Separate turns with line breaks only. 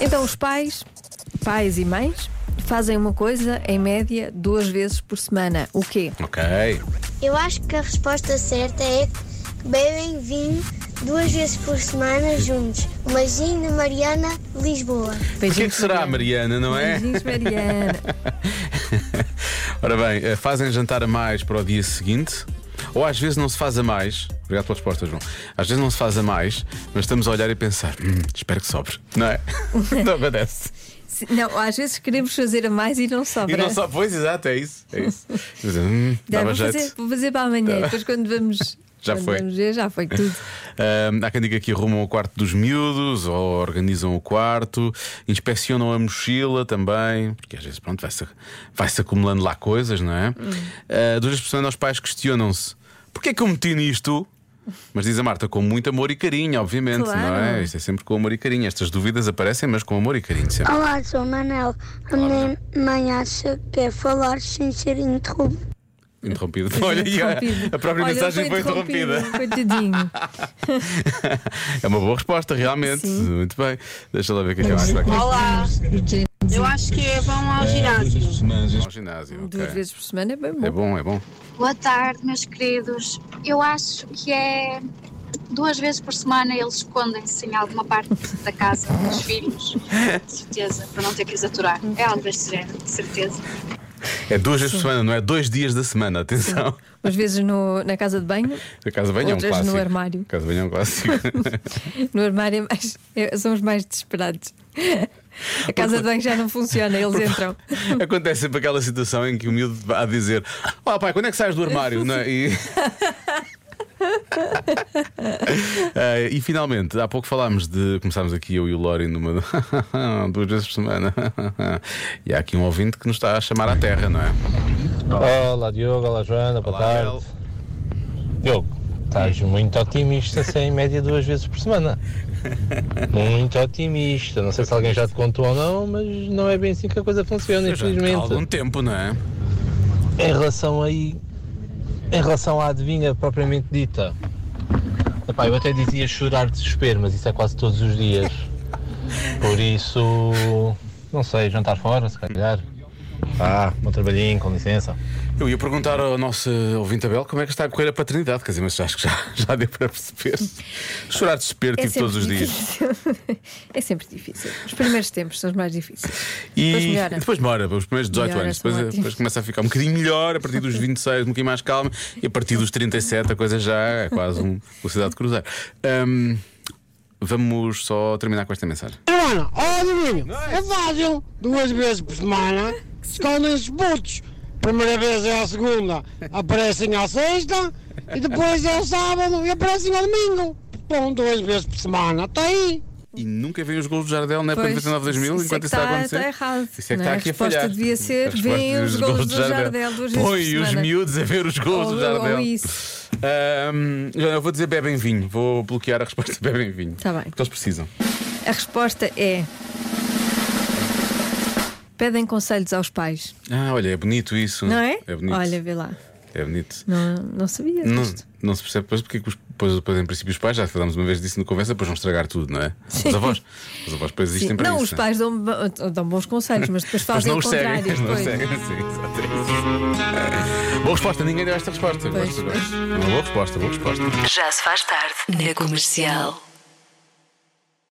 Então, os pais, pais e mães, fazem uma coisa, em média, duas vezes por semana. O quê?
Ok.
Eu acho que a resposta certa é que bebem vinho duas vezes por semana juntos. Imagina Mariana, Lisboa.
O que é que será, Mariana, não é?
Beijinhos, Mariana.
Ora bem, eh, fazem jantar a mais para o dia seguinte. Ou às vezes não se faz a mais. Obrigado pela resposta, João. Às vezes não se faz a mais, mas estamos a olhar e pensar: "Hum, espero que sobre. Não é? não acontece.
Se- Não, às vezes queremos fazer a mais e não sobra.
E não só, pois, exato, é isso. É isso. Mas, hum,
Já,
dava
vou,
jeito. Tá.
fazer, vou fazer para amanhã. Depois, quando vamos.
Já
quando
foi.
Vamos ver, já foi tudo.
Ahm, há quem diga que arrumam o quarto dos miúdos ou organizam o quarto, inspecionam a mochila também, porque às vezes pronto, vai-se vai -se acumulando lá coisas, não é? Ah, duas pessoas aos pais questionam-se: porquê é que eu meti nisto? Mas diz a Marta, com muito amor e carinho, obviamente, não é?
Claro.
Isto é sempre com amor e carinho. Estas dúvidas aparecem, mas com amor e carinho sempre.
Olá, sou Manel. A minha mãe acha que é falar sem ser interrompido.
Interrompido. Olha, e a,
Ah, Interrompido.
a própria
Olha,
mensagem foi interrompida.
Coitadinho.
É uma boa resposta, realmente. Muito bem. Deixa lá ver o que é que ela está aqui.
Olá, eu acho que é vão ao ginásio.
Ao ginásio.
Duas
ok.
vezes por semana é bem bom.
É bom, é bom.
Boa tarde, meus queridos. Eu acho que é duas vezes por semana eles escondem-se em alguma parte da casa dos filhos, de certeza, para não ter que os aturar. É algo deste género, de certeza.
É duas vezes por semana, não é dois dias da semana, atenção.
Umas vezes no- na casa de banho,
A casa venha é um
Outras no
clássico.
armário.
A casa venha é um clássico.
no armário, é mais, é- são os mais desesperados. A casa de banho já não funciona, eles entram.
Acontece sempre aquela situação em que o miúdo vai a dizer: Ó pai, quando é que sais do armário? não é? E... Ah, e finalmente, há pouco falámos de. Começámos aqui eu e o Lori numa. duas vezes por semana. e há aqui um ouvinte que nos está a chamar à terra, não é?
Olá Diogo, olá Joana, boa
Olá,
tarde.
Mel.
Diogo, estás muito otimista se é em média duas vezes por semana. Muito otimista. Não sei se alguém já te contou ou não, mas não é bem assim que a coisa funciona,
Já Há algum
infelizmente.
tempo, não é?
Em relação aí. Em relação à adivinha propriamente dita. Epá, eu até dizia chorar de desespero, mas isso é quase todos os dias. Por isso. Não sei, jantar fora, se calhar. Ah, bom trabalhinho, com licença.
Eu ia perguntar ao nosso ouvinte Abel como é que está a correr a paternidade, quer dizer, mas acho que já, já deu para perceber. Chorar de desespero,
É
tipo, todos os dias.
dias. é sempre difícil. Os primeiros tempos são os mais difíceis.
E
Depois melhora.
depois mora, os primeiros 18
Melhora,
anos.
são
Depois,
ótimos.
depois começa a ficar um bocadinho melhor, a partir dos 26, um bocadinho mais calmo, e a partir dos 37 a coisa já é quase um velocidade de cruzar. Ahm, vamos só terminar com esta mensagem.
Joana, ó Domínio, é fácil. Duas vezes por semana escondem-se putos. Primeira vez é a segunda, aparecem à sexta e depois é o sábado e aparecem ao domingo. Bom, duas vezes por semana, está aí.
E nunca vem os gols do Jardel na época de
Pois,
99 2000
isso é
enquanto
que
isso está a
está-
acontecer.
está errado,
Isso é que
não é?
está
A
aqui a
resposta
falhar.
devia ser,
A resposta
vêm
dos
os golos
golos
do Jardel duas vezes
Põe
por
os
semana.
miúdos a ver os gols
Ou-
do
ou
Jardel.
isso.
Ahm, eu vou dizer bebem vinho, vou bloquear a resposta bebem vinho.
Está Tá bem.
Porque eles precisam.
A resposta é. Pedem conselhos aos pais,
Ah, olha, é bonito isso.
não é?
É bonito.
Olha, vê lá.
É bonito.
Não, não sabia
Não,
disto.
não se percebe depois porque é que os, depois, depois, em princípio, os pais, já falámos uma vez disso no conversa, depois vão estragar tudo, não é? Os avós. Os avós depois existem
Sim.
para
Não,
isso.
os pais dão, dão bons conselhos, mas depois
Mas
fazem
não
o
os seguem.
contrário.
Não os
depois.
seguem, sim, exato, é isso. Boa resposta, ninguém deu esta resposta. Gosto, gosto. Uma boa resposta, boa resposta.
Já se faz tarde na comercial.